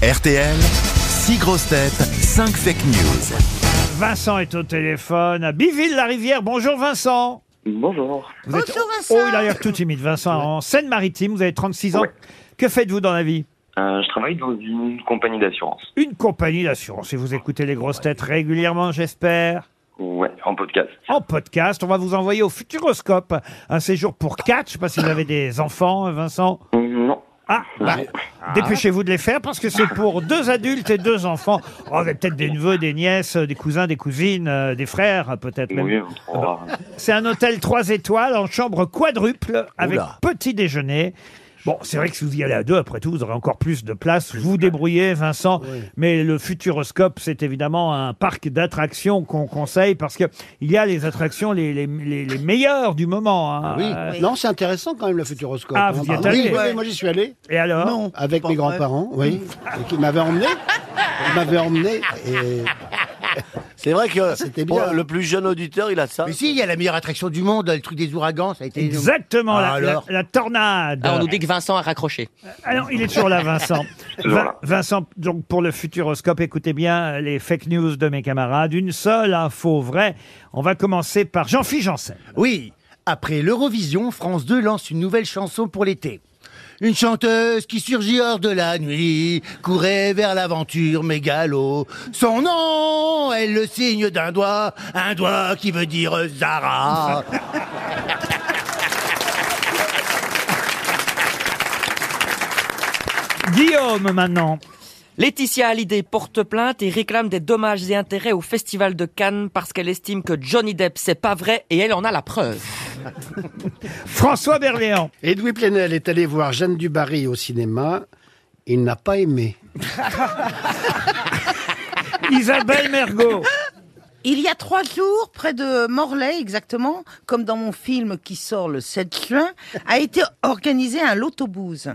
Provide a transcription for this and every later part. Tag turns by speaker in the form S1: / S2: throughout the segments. S1: RTL, 6 grosses têtes, 5 fake news.
S2: Vincent est au téléphone à Biville-la-Rivière. Bonjour Vincent.
S3: Bonjour.
S2: Vous êtes... Oh, il a l'air tout timide, Vincent. En Seine-Maritime, vous avez 36 ans.
S3: Ouais.
S2: Que faites-vous dans la vie
S3: Euh, je travaille dans une compagnie d'assurance.
S2: Une compagnie d'assurance. Et vous écoutez les grosses têtes régulièrement, j'espère.
S3: Ouais, en podcast.
S2: En podcast, on va vous envoyer au Futuroscope un séjour pour quatre. Je sais pas si vous avez des enfants, Vincent.
S3: Mm, Non.
S2: Ah, bah, dépêchez-vous de les faire parce que c'est pour deux adultes et deux enfants. Oh, vous avez peut-être des neveux, des nièces, des cousins, des cousines, euh, des frères, peut-être même.
S3: Oui, on pourra.
S2: C'est un hôtel 3 étoiles en chambre quadruple avec
S1: Oula.
S2: petit déjeuner. Bon, c'est vrai que si vous y allez à deux, après tout, vous aurez encore plus de place. Vous vous débrouillez, Vincent. Mais le Futuroscope, c'est évidemment un parc d'attractions qu'on conseille parce que il y a les attractions les, les, les- les meilleures du moment. hein.
S4: Ah Oui.
S2: Euh,
S4: Non, c'est intéressant quand même le futuroscope.
S2: Ah, vous y
S4: hein.
S2: êtes
S4: oui,
S2: allé
S4: oui, oui, moi j'y suis allé.
S2: Et alors
S4: Avec mes grands-parents, oui.
S2: Mm.
S4: Et qui m'avaient emmené. Ils m'avaient emmené. Et...
S5: C'est vrai que
S4: C'était
S5: pour
S4: bien.
S5: le plus jeune auditeur, il a ça.
S6: Ah, Mais si, il y a la meilleure attraction du monde, le truc des ouragans, ça a été.
S2: Exactement, la,
S6: Ah,
S2: la-
S6: alors.
S2: la tornade.
S7: Ah, on nous dit que Vincent a raccroché.
S2: Ah non, il est toujours là, Vincent.
S3: Toujours
S2: Vin-
S3: là.
S2: Vincent, donc pour le futuroscope, écoutez bien euh, les fake news de mes camarades. Une seule info vraie. On va commencer par Jean-Philippe Janssen.
S6: Oui, après l'Eurovision, France 2 lance une nouvelle chanson pour l'été. Une chanteuse qui surgit hors de la nuit, courait vers l'aventure mégalo. Son nom, elle le signe d'un doigt, un doigt qui veut dire Zara.
S2: Guillaume, maintenant.
S7: Laetitia Hallyday porte plainte et réclame des dommages et intérêts au Festival de Cannes parce qu'elle estime que Johnny Depp, c'est pas vrai et elle en a la preuve.
S2: François Berléand.
S4: Edoui Plenel est allé voir Jeanne Dubarry au cinéma. Il n'a pas aimé.
S2: Isabelle Mergot.
S8: Il y a trois jours, près de Morlaix exactement, comme dans mon film qui sort le 7 juin, a été organisé un lotobooze.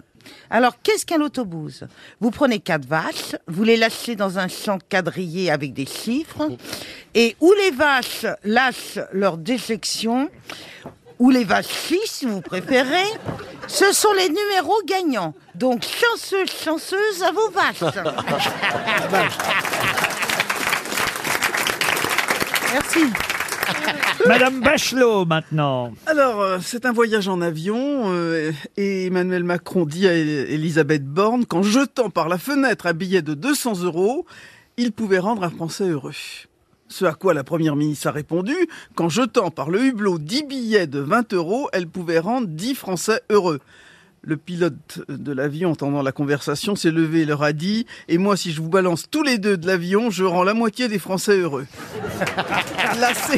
S8: Alors, qu'est-ce qu'un lotobooze Vous prenez quatre vaches, vous les lâchez dans un champ quadrillé avec des chiffres, et où les vaches lâchent leur déjection, ou les vaches filles, si vous préférez, ce sont les numéros gagnants. Donc, chanceux, chanceuse à vos vaches. Merci.
S2: Madame Bachelot, maintenant.
S9: Alors, euh, c'est un voyage en avion euh, et Emmanuel Macron dit à E- Elisabeth Borne qu'en jetant par la fenêtre un billet de 200 euros, il pouvait rendre un Français heureux. Ce à quoi la Première ministre a répondu qu'en jetant par le hublot 10 billets de 20 euros, elle pouvait rendre 10 Français heureux. Le pilote de l'avion, entendant la conversation, s'est levé et leur a dit « Et moi, si je vous balance tous les deux de l'avion, je rends la moitié des Français heureux. » La sé-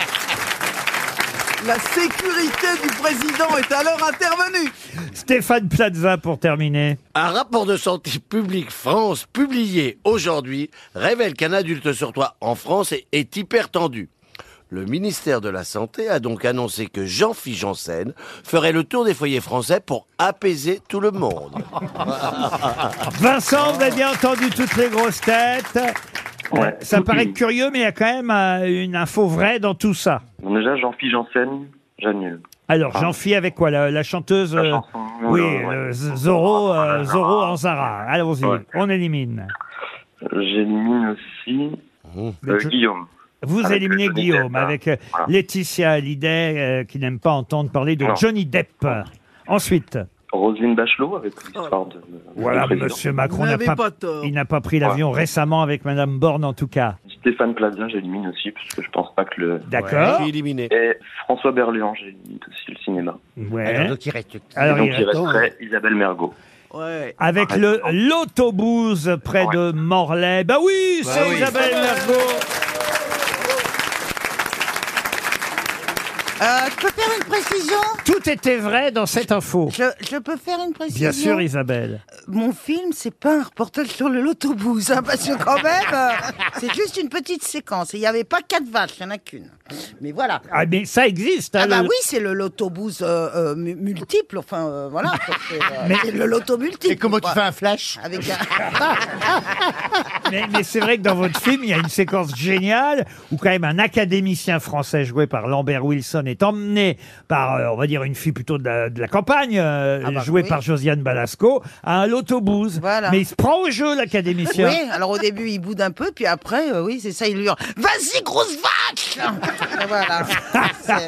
S9: la sécurité du président est alors intervenue.
S2: Stéphane Plaza pour terminer.
S5: Un rapport de santé publique France publié aujourd'hui révèle qu'un adulte sur trois en France est, est hypertendu. Le ministère de la Santé a donc annoncé que Jean-Philippe Janssen ferait le tour des foyers français pour apaiser tout le monde.
S2: Vincent, vous avez bien entendu toutes les grosses têtes.
S3: Ouais.
S2: Ça paraît curieux, mais il y a quand même euh, une info vraie dans tout ça.
S3: Bon, déjà, Jean-Philippe Janssen, j'annule.
S2: Alors,
S3: Ah.
S2: Jean-Phi avec quoi La, la chanteuse
S3: La
S2: euh,
S3: chanson,
S2: Oui,
S3: euh, ouais.
S2: le Z- Zorro, euh, Zorro en Zara. Allons-y,
S3: Ouais.
S2: on élimine.
S3: J'élimine aussi euh,
S2: Mais je-
S3: Guillaume.
S2: Vous
S3: Avec euh,
S2: éliminez
S3: Johnny
S2: Guillaume
S3: Depp, hein.
S2: avec euh,
S3: Voilà.
S2: Laetitia Hallyday euh, qui n'aime pas entendre parler de
S3: Non.
S2: Johnny Depp. Ensuite,
S3: Roselyne Bachelot, avec l'histoire de... de
S2: voilà,
S3: président.
S2: Monsieur
S9: Vous
S2: Macron n'a
S9: n'avez
S2: pas,
S9: pas, tort.
S2: il n'a pas pris l'avion récemment avec Madame Borne en tout cas.
S3: Stéphane Plaza, j'élimine aussi, parce que je pense pas que le...
S5: Je
S2: D'accord.
S5: suis éliminé.
S3: Et François Berléand, j'élimine aussi le cinéma.
S2: Ouais.
S6: Alors, donc il reste.
S2: Alors,
S3: Et donc,
S2: il-
S3: il
S4: attends,
S3: resterait Isabelle Mergot.
S9: Ouais.
S2: avec
S3: Arrête.
S2: le l'autobus près
S3: Ouais.
S2: de Morlaix. Bah oui, c'est
S5: oui.
S2: Isabelle Mergo.
S8: Euh, je peux faire une précision
S2: Tout était vrai dans cette info.
S8: Je, je peux faire une précision
S2: Bien sûr, Isabelle.
S8: Mon film, c'est pas un reportage sur le l'autobus, hein, parce que quand même, euh, c'est juste une petite séquence. Et Il n'y avait pas quatre vaches, il n'y en a qu'une. Mais voilà.
S2: Ah mais ça existe. hein,
S8: Ah bah
S2: le-
S8: oui, c'est le l'autobus euh, euh, mu- multiple, enfin euh, voilà. C'est euh, c'est le loto multiple.
S6: Et comment tu
S8: quoi.
S6: fais un flash
S8: Avec un...
S2: Mais, mais c'est vrai que dans votre film, il y a une séquence géniale où quand même un académicien français joué par Lambert Wilson est emmenée par, euh, on va dire, une fille plutôt de la, de la campagne, euh,
S8: Ah bah
S2: jouée
S8: oui.
S2: par Josiane Balasco, à un lotobuse.
S8: Voilà.
S2: Mais il se prend au jeu, l'académicien.
S8: Oui, alors au début, il boude un peu, puis après, euh, oui, c'est ça, il lui hurle Vas-y, grosse vache Et Voilà. C'est- ah,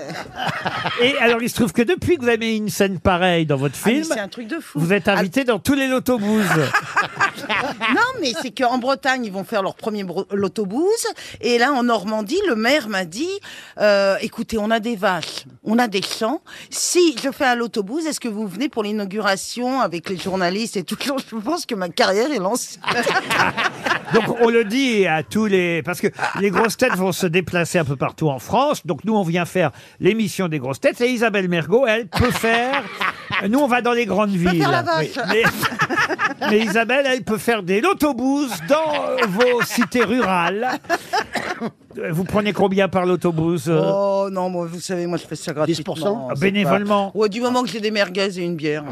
S2: Et alors, il se trouve que depuis que vous avez mis une scène pareille dans votre
S8: Ah, mais
S2: film,
S8: c'est un truc de fou. Ah,
S2: vous êtes invité dans tous les lotobouses.
S8: Non, mais c'est qu'en Bretagne, ils vont faire leur premier bro- l'autobus. Et là, en Normandie, le maire m'a dit euh, écoutez, on a des vaches, on a des champs. Si je fais un l'autobus, est-ce que vous venez pour l'inauguration avec les journalistes et tout le monde Je pense que ma carrière est lancée.
S2: Donc on le dit à tous les parce que les grosses têtes vont se déplacer un peu partout en France. Donc nous on vient faire l'émission des grosses têtes et Isabelle Mergot elle peut faire. Nous on va dans les grandes
S8: Je peux
S2: villes.
S8: faire la vache
S2: Mais... mais Isabelle elle peut faire des autobus dans euh, vos cités rurales. Vous prenez combien par l'autobus euh,
S8: Oh non, moi, vous savez, moi, je fais ça gratuitement.
S4: 10%?
S8: c'est
S2: Ah, bénévolement
S8: pas- Ouais, du moment que j'ai des merguez et une bière.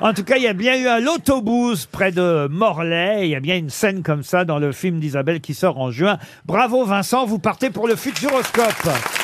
S2: En tout cas, il y a bien eu un autobus près de Morlaix. Il y a bien une scène comme ça dans le film d'Isabelle qui sort en juin. Bravo Vincent, vous partez pour le Futuroscope.